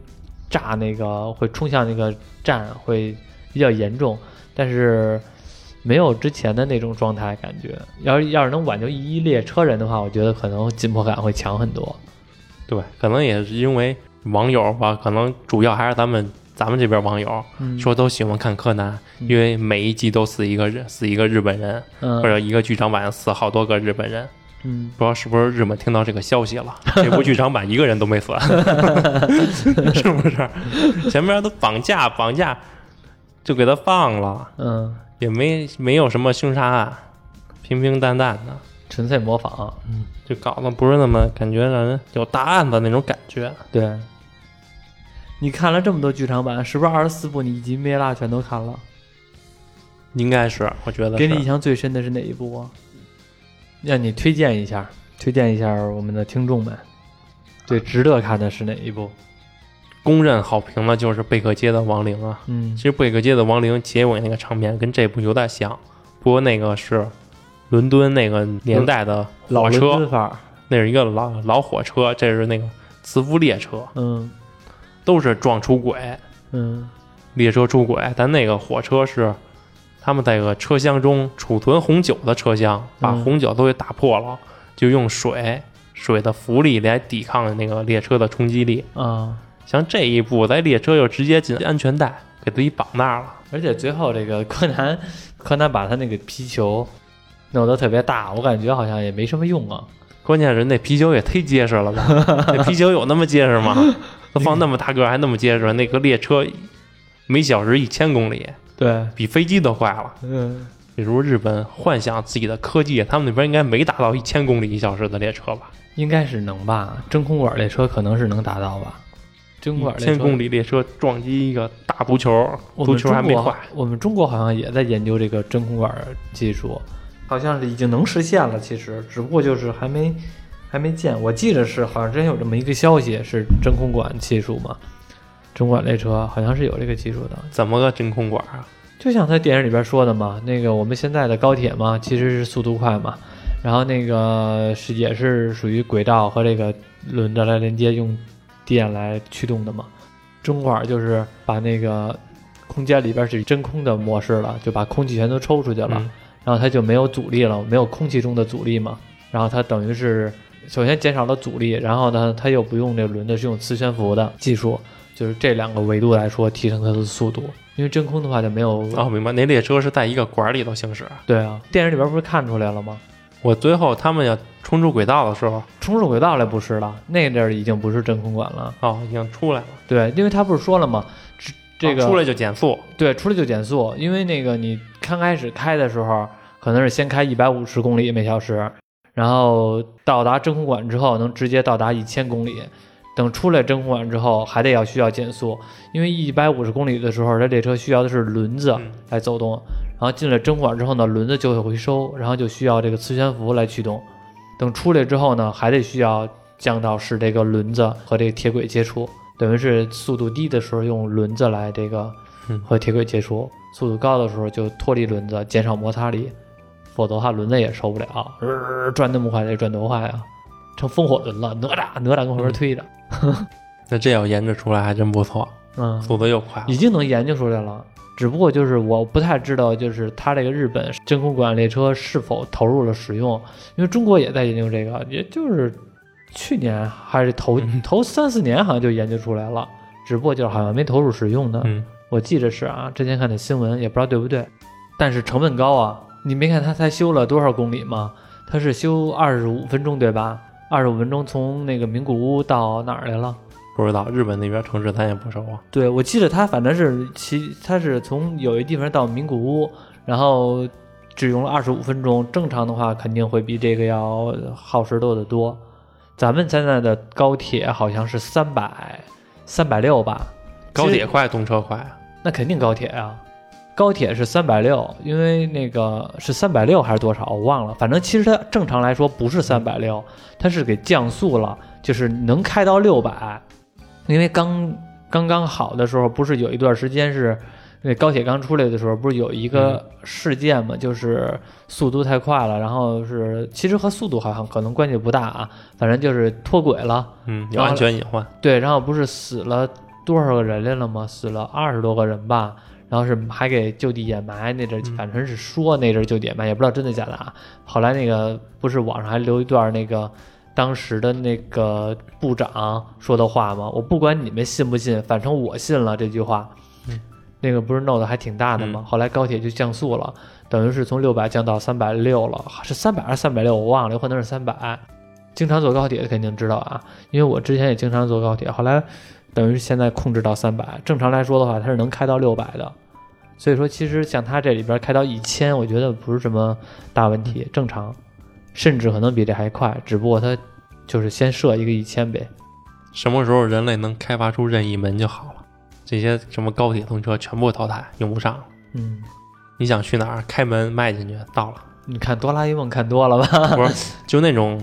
Speaker 1: 炸那个，会冲向那个站，会比较严重，但是没有之前的那种状态感觉。要是要是能挽救一列车人的话，我觉得可能紧迫感会强很多。
Speaker 2: 对，可能也是因为网友吧，可能主要还是咱们咱们这边网友
Speaker 1: 嗯
Speaker 2: 说都喜欢看柯南，
Speaker 1: 嗯
Speaker 2: 因为每一集都死一个人，死一个日本人，
Speaker 1: 嗯
Speaker 2: 或者一个剧场版死好多个日本人，
Speaker 1: 嗯，
Speaker 2: 不知道是不是日本听到这个消息了，这部剧场版一个人都没死，是不是？前面都绑架绑架，就给他放了，
Speaker 1: 嗯，
Speaker 2: 也没没有什么凶杀案，平平淡淡的，
Speaker 1: 纯粹模仿，
Speaker 2: 就搞得不是那么感觉让人有大案子那种感觉。
Speaker 1: 对。你看了这么多剧场版，是不是二十四部你一集没落全都看了？
Speaker 2: 应该是，我觉得
Speaker 1: 给
Speaker 2: 是
Speaker 1: 你印象最深的是哪一部啊？让你推荐一下，推荐一下我们的听众们，最值得看的是哪一部？
Speaker 2: 公认好评的就是《贝克街的亡灵》啊。
Speaker 1: 嗯
Speaker 2: 其实《贝克街的亡灵》结尾那个场面跟这部有点像，不过那个是伦敦那个年代的
Speaker 1: 老
Speaker 2: 火
Speaker 1: 伦
Speaker 2: 车，
Speaker 1: 敦范儿，
Speaker 2: 那是一个老老火车，这是那个磁浮列车，
Speaker 1: 嗯
Speaker 2: 都是撞出轨，
Speaker 1: 嗯
Speaker 2: 列车出轨，但那个火车是他们在一个车厢中储存红酒的车厢，把
Speaker 1: 嗯
Speaker 2: 红酒都给打破了，就用水水的浮力来抵抗那个列车的冲击力。
Speaker 1: 啊，
Speaker 2: 像这一步，在列车又直接进安全带，给自己绑那儿了。
Speaker 1: 而且最后这个柯南，柯南把他那个皮球弄得特别大，我感觉好像也没什么用啊。
Speaker 2: 关键是那啤酒也忒结实了吧？那啤酒有那么结实吗？它放那么大个儿还那么结实，那个列车每小时一千公里，
Speaker 1: 对，
Speaker 2: 比飞机都快了。
Speaker 1: 嗯，
Speaker 2: 比如日本幻想自己的科技，他们那边应该没达到一千公里一小时的列车吧？
Speaker 1: 应该是能吧？真空管列车可能是能达到吧？真空管
Speaker 2: 一
Speaker 1: 列
Speaker 2: 千
Speaker 1: 车，
Speaker 2: 公里列车撞击一个大足球，
Speaker 1: 我
Speaker 2: 足
Speaker 1: 们
Speaker 2: 球
Speaker 1: 中国
Speaker 2: 还没坏。
Speaker 1: 我们中国好像也在研究这个真空管技术，好像是已经能实现了，其实只不过就是还没还没见。我记得是好像之前有这么一个消息，是真空管技术嘛，真空管列车好像是有这个技术的。
Speaker 2: 怎么个真空管啊？
Speaker 1: 就像他电影里边说的嘛，那个我们现在的高铁嘛，其实是速度快嘛，然后那个是也是属于轨道和这个轮着来连接，用电来驱动的嘛。中管就是把那个空间里边是真空的模式了，就把空气全都抽出去了，
Speaker 2: 嗯
Speaker 1: 然后它就没有阻力了，没有空气中的阻力嘛。然后它等于是首先减少了阻力，然后呢，它又不用这轮子，是用磁悬浮的技术，就是这两个维度来说提升它的速度。因为真空的话就没有，
Speaker 2: 哦，明白，那列车是在一个管里头行驶。
Speaker 1: 对啊，电影里边不是看出来了吗？
Speaker 2: 我最后他们要冲出轨道的时候，
Speaker 1: 冲入轨道了不是了，那阵儿已经不是真空管了。
Speaker 2: 哦，已经出来了。
Speaker 1: 对，因为他不是说了吗？只这个、
Speaker 2: 哦出来就减速，
Speaker 1: 对，出来就减速，因为那个你刚开始开的时候，可能是先开一百五十公里每小时，然后到达真空管之后，能直接到达一千公里。等出来真空管之后，还得要需要减速，因为一百五十公里的时候，这列车需要的是轮子
Speaker 2: 嗯
Speaker 1: 来走动，然后进了真空管之后呢，轮子就会回收，然后就需要这个磁悬浮来驱动。等出来之后呢，还得需要降到使这个轮子和这个铁轨接触，等于是速度低的时候用轮子来这个
Speaker 2: 嗯
Speaker 1: 和铁轨接触，速度高的时候就脱离轮子，减少摩擦力，否则的话轮子也受不了，呃、转那么快得转多快啊，成风火轮了，哪吒哪吒跟后边推的，
Speaker 2: 那这要研制出来还真不错，
Speaker 1: 嗯，
Speaker 2: 速度又快了
Speaker 1: 已经能研究出来了。只不过就是我不太知道，就是它这个日本真空管列车是否投入了使用，因为中国也在研究这个，也就是去年还是头
Speaker 2: 嗯
Speaker 1: 头三四年好像就研究出来了，只不过就是好像没投入使用呢。
Speaker 2: 嗯，
Speaker 1: 我记着是啊，之前看的新闻也不知道对不对，但是成本高啊，你没看它才修了多少公里吗？它是修二十五分钟对吧？二十五分钟从那个名古屋到哪儿来了？
Speaker 2: 不知道日本那边城市咱也不熟啊。
Speaker 1: 对，我记得他反正是骑，他是从有一地方到名古屋，然后只用了二十五分钟。正常的话，肯定会比这个要耗时多得多。咱们现在的高铁好像是三百三百六吧？
Speaker 2: 高
Speaker 1: 其
Speaker 2: 铁
Speaker 1: 实
Speaker 2: 快，动车快啊。
Speaker 1: 那肯定高铁啊，高铁是三百六，因为那个是三百六还是多少我忘了，反正其实它正常来说不是三百六，它是给降速了，就是能开到六百，因为刚刚刚好的时候不是有一段时间是。那高铁刚出来的时候，不是有一个事件嘛？就是速度太快了，然后是其实和速度好像可能关系不大啊，反正就是脱轨了，
Speaker 2: 嗯，有安全隐患。
Speaker 1: 对，然后不是死了多少个人来了吗？死了二十多个人吧，然后是还给就地掩埋那阵儿，
Speaker 2: 嗯
Speaker 1: 反正是说那阵儿就地掩埋，也不知道真的假的啊。后来那个不是网上还留一段那个当时的那个部长说的话吗？我不管你们信不信，反正我信了这句话。
Speaker 2: 嗯
Speaker 1: 那个不是闹得还挺大的吗？
Speaker 2: 嗯
Speaker 1: 后来高铁就降速了，等于是从六百降到三百六了，是三百还是三百六我忘了，有可能是三百。经常坐高铁的肯定知道啊，因为我之前也经常坐高铁，后来等于现在控制到三百，正常来说的话，它是能开到六百的。所以说，其实像它这里边开到一千，我觉得不是什么大问题，正常，甚至可能比这还快，只不过它就是先设一个一千呗。
Speaker 2: 什么时候人类能开发出任意门就好了？这些什么高铁通车全部淘汰，用不上了。
Speaker 1: 嗯，
Speaker 2: 你想去哪儿，开门迈进去，到了。
Speaker 1: 你看哆啦 A 梦看多了 吧？
Speaker 2: 不是，就那种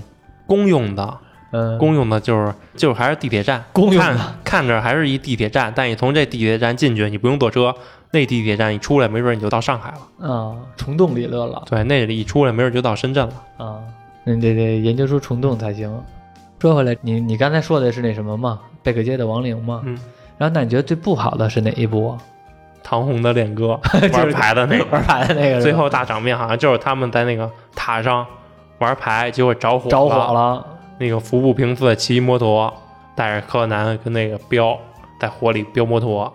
Speaker 2: 公用的，
Speaker 1: 嗯，
Speaker 2: 公用的就是就是还是地铁站，
Speaker 1: 公用的
Speaker 2: 看看着还是一地铁站，但你从这地铁站进去，你不用坐车，那地铁站一出来，没准你就到上海了。
Speaker 1: 啊，虫洞理论了
Speaker 2: 对，那里一出来，没准就到深圳了。
Speaker 1: 啊，那你得得研究出虫洞才行。说回来，你你刚才说的是那什么嘛，贝克街的亡灵嘛？
Speaker 2: 嗯，
Speaker 1: 然后那你觉得最不好的是哪一部啊？
Speaker 2: 唐红的恋歌
Speaker 1: 就是
Speaker 2: 玩牌的 那个，
Speaker 1: 玩牌的那个是吧，
Speaker 2: 最后大场面好像就是他们在那个塔上玩牌，结果着火
Speaker 1: 着火了，
Speaker 2: 那个服部平次骑摩托，带着柯南跟那个彪在火里飙摩托，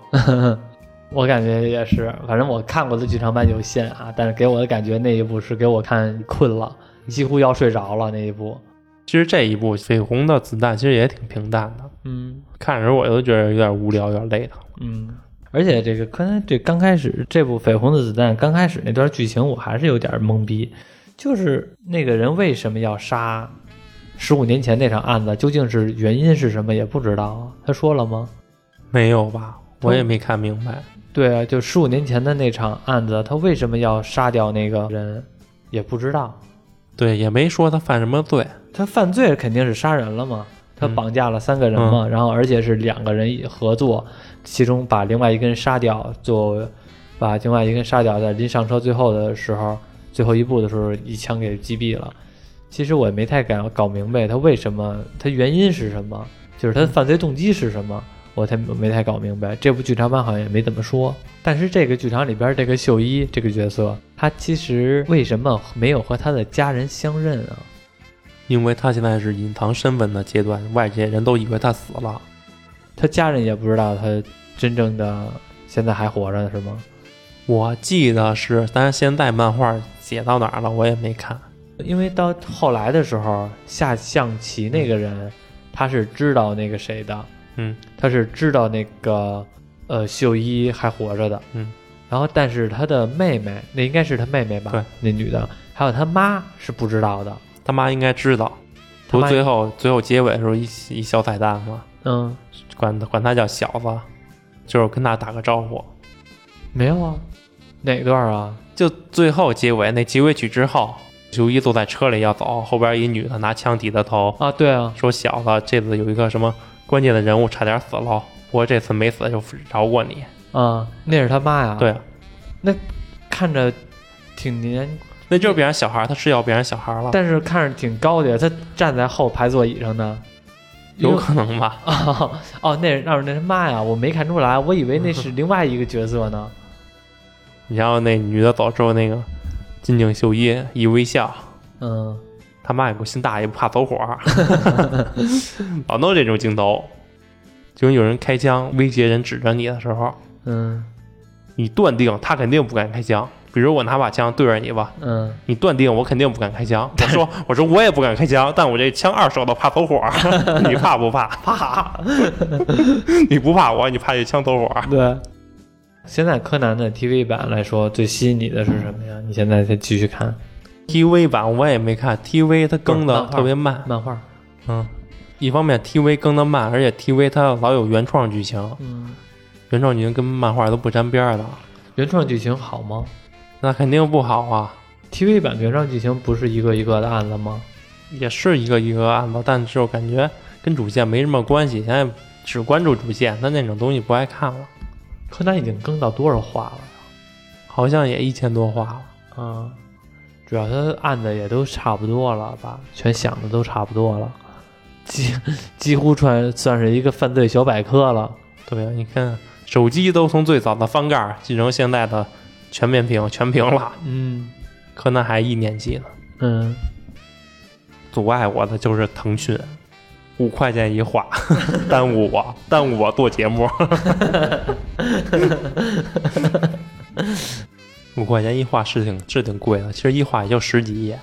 Speaker 1: 我感觉也是，反正我看过的剧场版有限啊，但是给我的感觉那一部是给我看困了，几乎要睡着了那一部。
Speaker 2: 其实这一部绯红的子弹其实也挺平淡的，
Speaker 1: 嗯
Speaker 2: 看着时候我都觉得有点无聊，有点累的。
Speaker 1: 嗯，而且这个可能这刚开始这部《绯红的子弹》刚开始那段剧情我还是有点懵逼，就是那个人为什么要杀？十五年前那场案子究竟是原因是什么也不知道啊，他说了吗？
Speaker 2: 没有吧？我也没看明白。
Speaker 1: 对啊，就十五年前的那场案子，他为什么要杀掉那个人，也不知道。
Speaker 2: 对，也没说他犯什么罪。
Speaker 1: 他犯罪肯定是杀人了嘛，他
Speaker 2: 嗯
Speaker 1: 绑架了三个人嘛，然后而且是两个人合作，其中把另外一个人杀掉，就把另外一个人杀掉，在临上车最后的时候，最后一步的时候一枪给击毙了。其实我也没太搞搞明白他为什么，他原因是什么，就是他的犯罪动机是什么，我才没太搞明白。这部剧场版好像也没怎么说，但是这个剧场里边这个秀一这个角色，他其实为什么没有和他的家人相认啊？
Speaker 2: 因为他现在是隐藏身份的阶段，外界人都以为他死了。
Speaker 1: 他家人也不知道他真正的现在还活着是吗？
Speaker 2: 我记得是，但是现在漫画写到哪儿了，我也没看。
Speaker 1: 因为到后来的时候，下象棋那个人他是知道那个谁的，
Speaker 2: 嗯，
Speaker 1: 他是知道那个呃秀一还活着的，
Speaker 2: 嗯，
Speaker 1: 然后但是他的妹妹，那应该是他妹妹吧？
Speaker 2: 对，
Speaker 1: 那女的，还有他妈是不知道的，
Speaker 2: 他妈应该知道。
Speaker 1: 他
Speaker 2: 不，
Speaker 1: 妈
Speaker 2: 最后最后结尾的时候一一小彩蛋嘛，
Speaker 1: 嗯，
Speaker 2: 管管他叫小子，就是跟他打个招呼。
Speaker 1: 没有啊，哪段啊？
Speaker 2: 就最后结尾那结尾曲之后，九一坐在车里要走，后边一女的拿枪抵他头，
Speaker 1: 啊，对啊，
Speaker 2: 说：“小子，这次有一个什么关键的人物差点死了，不过这次没死，就饶过你。
Speaker 1: 啊，那是他妈呀，
Speaker 2: 对，
Speaker 1: 看着挺年
Speaker 2: 那就是变成小孩，他是要变成小孩了，
Speaker 1: 但是看着挺高的，他站在后排座椅上呢。
Speaker 2: 有可能吧？
Speaker 1: 哦 哦，那那那是妈呀！我没看出来，我以为那是另外一个角色呢。
Speaker 2: 然后那女的走之后，那个金井秀一一微笑，
Speaker 1: 嗯，
Speaker 2: 他妈有个心大爷不怕走火， 老弄这种镜头，就跟有人开枪威胁人指着你的时候，
Speaker 1: 嗯
Speaker 2: 你断定他肯定不敢开枪。比如我拿把枪对着你吧，
Speaker 1: 嗯，
Speaker 2: 你断定我肯定不敢开枪。我说 我说我也不敢开枪，但我这枪二手的怕走火， 你怕不怕？怕， 你不怕我，你怕这枪走火？
Speaker 1: 对。嗯现在柯南的 TV 版来说，最吸引你的是什么呀？你现在再继续看
Speaker 2: TV 版我也没看，TV 它更的
Speaker 1: 不是漫画
Speaker 2: 特别慢，
Speaker 1: 漫画，
Speaker 2: 嗯，一方面 TV 更的慢，而且 TV 它老有原创剧情，
Speaker 1: 嗯，
Speaker 2: 原创剧情跟漫画都不沾边儿的，
Speaker 1: 原创剧情好吗
Speaker 2: 那肯定不好啊。
Speaker 1: ？TV 版原创剧情不是一个一个的案子吗？
Speaker 2: 也是一个一个案子，但是我感觉跟主线没什么关系，现在只关注主线，但那种东西不爱看了，
Speaker 1: 柯南已经更到多少话了？
Speaker 2: 好像也一千多话了。
Speaker 1: 嗯，主要他按的也都差不多了吧，全想的都差不多了，几几乎算算是一个犯罪小百科了。
Speaker 2: 对啊，你看手机都从最早的翻盖儿进成现在的全面屏、全屏了，
Speaker 1: 嗯
Speaker 2: 柯南还一年级呢。
Speaker 1: 嗯，
Speaker 2: 阻碍我的就是腾讯，五块钱一 话，耽误我，耽误我做节目。 五块钱一话是挺是挺贵的，其实一话也就十几页，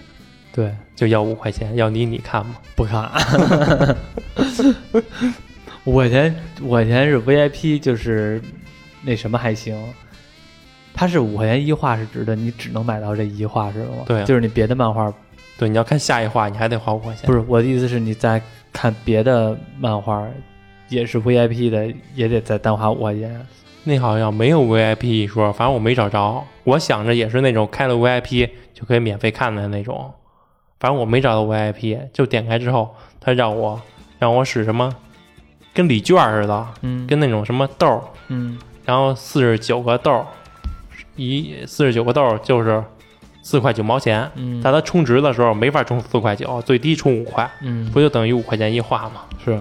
Speaker 1: 对，
Speaker 2: 就要五块钱，要你你看吗？
Speaker 1: 嗯不看。我以前我以前是 VIP，就是那什么还行。它是五块钱一画是指的你只能买到这一画是吗？
Speaker 2: 对啊
Speaker 1: 就是你别的漫画
Speaker 2: 对，你要看下一话，你还得花五块钱。
Speaker 1: 不是我的意思是你在看别的漫画也是 VIP 的，也得再单花五块钱。
Speaker 2: 那好像没有 VIP 一说，反正我没找着。我想着也是那种开了 VIP 就可以免费看的那种，反正我没找到 VIP，就点开之后，他让我让我使什么，跟礼券似的，
Speaker 1: 嗯
Speaker 2: 跟那种什么豆儿，
Speaker 1: 嗯
Speaker 2: 然后四十九个豆儿，一四十九个豆儿就是四块九毛钱，
Speaker 1: 嗯，
Speaker 2: 但它充值的时候没法充四块九，最低充五块，
Speaker 1: 嗯
Speaker 2: 不就等于五块钱一画吗？
Speaker 1: 是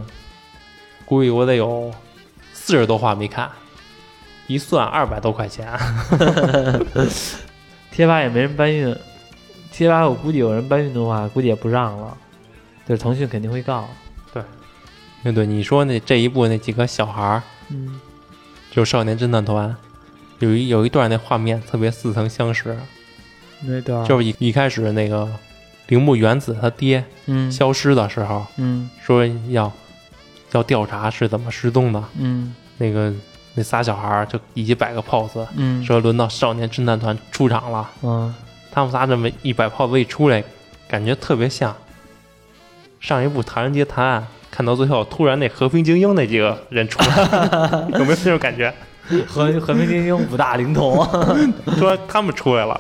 Speaker 2: 估计我得有四十多话没看，一算二百多块钱。
Speaker 1: 贴吧也没人搬运，贴吧我估计有人搬运的话，估计也不让了，就是腾讯肯定会告。
Speaker 2: 对 对，你说那这一部那几个小孩儿，
Speaker 1: 嗯，
Speaker 2: 就是少年侦探团，有一有一段那画面特别似曾相识，
Speaker 1: 那段
Speaker 2: 就是一一开始那个铃木原子他爹
Speaker 1: 嗯
Speaker 2: 消失的时候，
Speaker 1: 嗯
Speaker 2: 说要要调查是怎么失踪的，
Speaker 1: 嗯
Speaker 2: 那个那仨小孩儿就一起摆个 pose，
Speaker 1: 嗯
Speaker 2: 说轮到少年侦探团出场了，
Speaker 1: 嗯
Speaker 2: 他们仨这么一摆 pose 一出来，感觉特别像上一部《唐人街探案》，看到最后突然那和平精英那几个人出来， 有没有那种感觉？
Speaker 1: 和和平精英五大灵童。
Speaker 2: 突然他们出来了，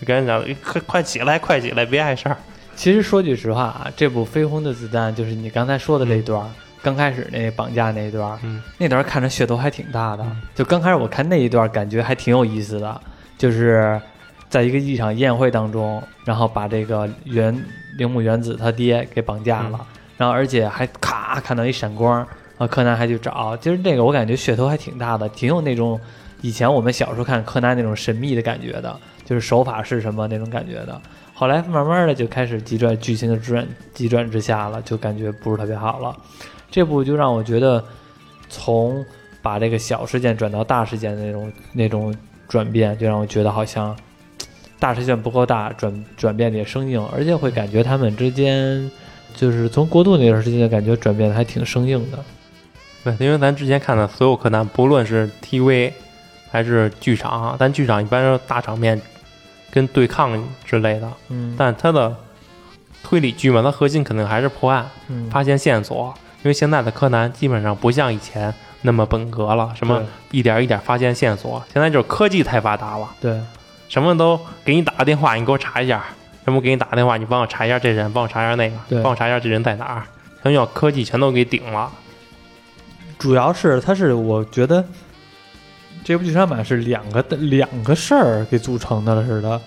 Speaker 2: 就赶紧讲，哎快快起来，快起来，别碍事儿。
Speaker 1: 其实说句实话啊，这部《飞轰的子弹》就是你刚才说的这一段儿，刚开始那绑架那一段儿，
Speaker 2: 嗯
Speaker 1: 那段儿看着噱头还挺大的
Speaker 2: 嗯。
Speaker 1: 就刚开始我看那一段，感觉还挺有意思的，就是在一个一场宴会当中，然后把这个原铃木原子他爹给绑架了，
Speaker 2: 嗯
Speaker 1: 然后而且还咔看到一闪光，然后柯南还去找。其实这个我感觉噱头还挺大的，挺有那种以前我们小时候看柯南那种神秘的感觉的，就是手法是什么那种感觉的。后来慢慢的就开始急转剧情的转急转直下了，就感觉不是特别好了。这部就让我觉得从把这个小事件转到大事件的那种那种转变，就让我觉得好像大事件不够大，转转变得也生硬，而且会感觉他们之间就是从国度那段时间就感觉转变的还挺生硬的。
Speaker 2: 对，因为咱之前看的所有柯南，不论是 TV 还是剧场，但剧场一般是大场面跟对抗之类的，
Speaker 1: 嗯
Speaker 2: 但它的推理剧嘛，它核心肯定还是破案、
Speaker 1: 嗯，
Speaker 2: 发现线索。因为现在的柯南基本上不像以前那么本格了，什么一点一点发现线索，现在就是科技太发达了。
Speaker 1: 对对
Speaker 2: 什么都给你打个电话，你给我查一下；什么给你打个电话，你帮我查一下这人，帮我查一下那
Speaker 1: 对
Speaker 2: 个，帮我查一下这人在哪儿。咱要科技全都给顶了，
Speaker 1: 主要是它是我觉得这部剧场版是两个两个事儿给组成的了似的。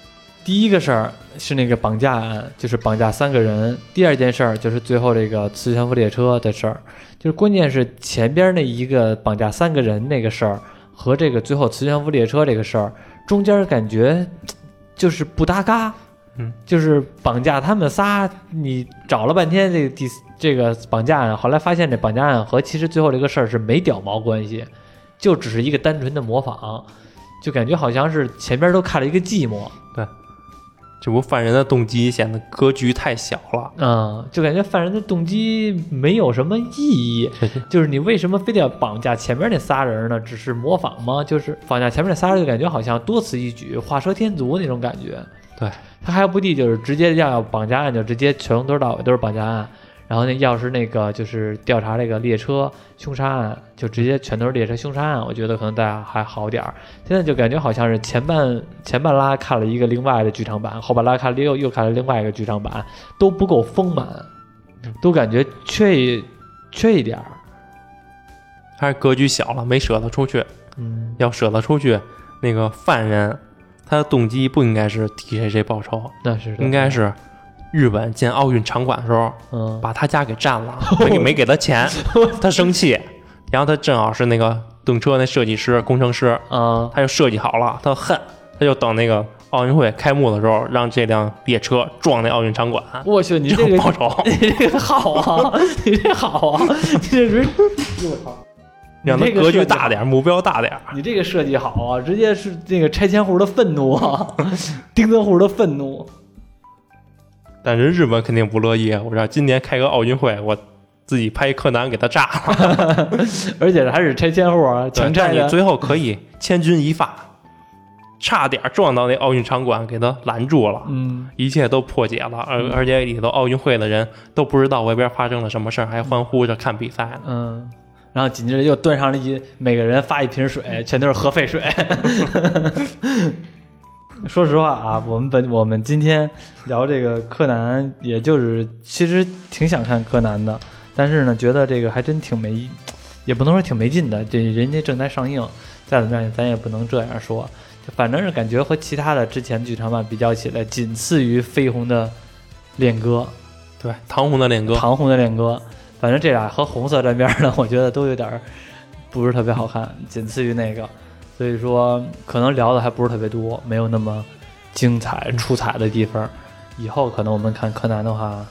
Speaker 1: 第一个事儿是那个绑架案，就是绑架三个人；第二件事儿就是最后这个磁悬浮列车的事儿，就是关键是前边那一个绑架三个人那个事儿和这个最后磁悬浮列车这个事儿中间感觉嘖就是不搭嘎。
Speaker 2: 嗯，
Speaker 1: 就是绑架他们仨，你找了半天这个第这个绑架案，后来发现这绑架案和其实最后这个事儿是没屌毛关系，就只是一个单纯的模仿，就感觉好像是前边都看了一个寂寞，
Speaker 2: 这不犯人的动机显得格局太小了。
Speaker 1: 嗯，就感觉犯人的动机没有什么意义，就是你为什么非得要绑架前面那仨人呢？只是模仿吗？就是绑架前面那仨人，就感觉好像多此一举、画蛇添足那种感觉。
Speaker 2: 对，
Speaker 1: 他还不地就是直接要绑架案，就直接从头到尾都是绑架案。然后那要是那个就是调查这个列车凶杀案，就直接全都是列车凶杀案，我觉得可能大家还好点儿。现在就感觉好像是前半前半拉看了一个另外的剧场版，后半拉看了又又看了另外一个剧场版，都不够丰满，
Speaker 2: 嗯
Speaker 1: 都感觉缺一缺一点儿。
Speaker 2: 还是格局小了，没舍得出去。
Speaker 1: 嗯
Speaker 2: 要舍得出去，那个犯人他的动机不应该是替谁谁报仇，，
Speaker 1: 那是的
Speaker 2: 应该是日本建奥运场馆的时候
Speaker 1: 嗯
Speaker 2: 把他家给占了， 没给没给 他钱，他生气。然后他正好是那个动车那设计师、工程师，
Speaker 1: 啊
Speaker 2: 他就设计好了，他恨，他就等那个奥运会开幕的时候，让这辆列车撞那奥运场馆，
Speaker 1: 我 去，你
Speaker 2: 这
Speaker 1: 这
Speaker 2: 样
Speaker 1: 个
Speaker 2: 报 仇。
Speaker 1: 你这个好啊，你这好啊，你这是，我操！
Speaker 2: 让他
Speaker 1: 你这个
Speaker 2: 格局
Speaker 1: 设计
Speaker 2: 大点儿，目标大点儿。
Speaker 1: 你这个设计好啊，直接是那个拆迁户的愤怒啊， 钉子户的愤怒。
Speaker 2: 但是日本肯定不乐意，我让今年开个奥运会，我自己拍一柯南给他炸了。
Speaker 1: 而且还是拆迁户啊，强拆
Speaker 2: 但你
Speaker 1: 的。
Speaker 2: 最后可以千钧一发，差点撞到那奥运场馆，给他拦住了。
Speaker 1: 嗯，
Speaker 2: 一切都破解了，而
Speaker 1: 嗯
Speaker 2: 而且里头奥运会的人都不知道外边发生了什么事儿，还欢呼着看比赛呢。
Speaker 1: 嗯，然后紧接着又端上了一每个人发一瓶水，全都是核废水。 说实话啊，我们本我们今天聊这个柯南，也就是其实挺想看柯南的，但是呢，觉得这个还真挺没，也不能说挺没劲的，这人家正在上映，再怎么样咱也不能这样说，就反正是感觉和其他的之前剧场版比较起来，仅次于绯红的恋歌。
Speaker 2: 对，唐红的恋歌，
Speaker 1: 唐红的恋歌，反正这俩和红色沾边儿的，我觉得都有点儿不是特别好看，仅次于那个，所以说可能聊的还不是特别多，没有那么精彩出彩的地方。以后可能我们看柯南的话，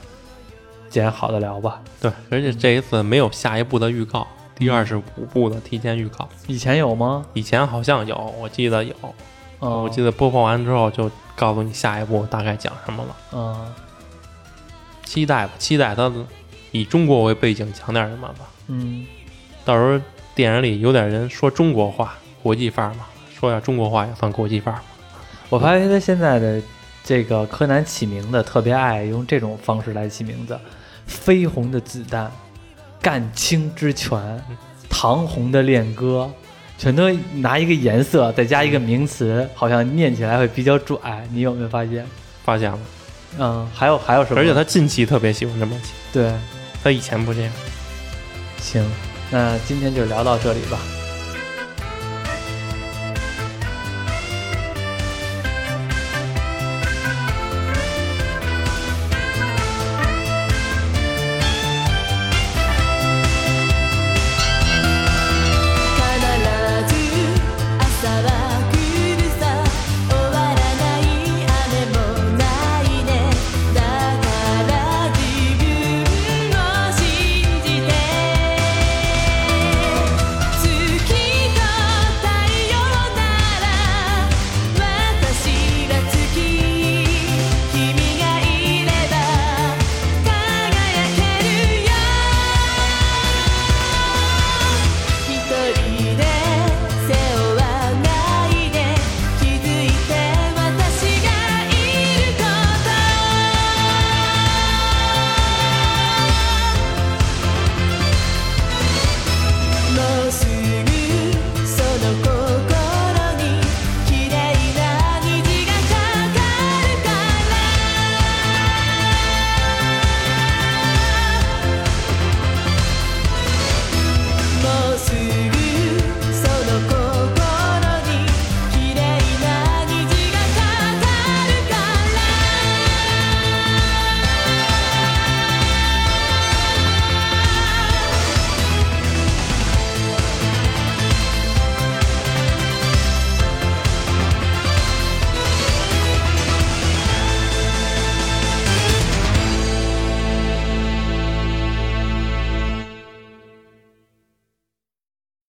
Speaker 1: 捡好的聊吧。
Speaker 2: 对，而且这一次没有下一部的预告，第二十五部的提前预告，
Speaker 1: 以前有吗？
Speaker 2: 以前好像有，我记得有，
Speaker 1: 嗯，
Speaker 2: 我记得播放完之后就告诉你下一部大概讲什么了，
Speaker 1: 嗯
Speaker 2: 期待吧，期待它以中国为背景讲点什么吧，
Speaker 1: 嗯
Speaker 2: 到时候电影里有点人说中国话，国际范儿嘛，说点中国话也算国际范儿嘛，
Speaker 1: 我发现他现在的这个柯南起名字特别爱用这种方式来起名字，绯红的子弹，干青之
Speaker 2: 嗯
Speaker 1: 拳，唐红的恋歌，全都拿一个颜色再加一个名词，好像念起来会比较拽。你有没有发现？
Speaker 2: 发现了，
Speaker 1: 嗯，还有还有什么？
Speaker 2: 而且他近期特别喜欢这么起，
Speaker 1: 对，
Speaker 2: 他以前不这样。
Speaker 1: 行，那今天就聊到这里吧。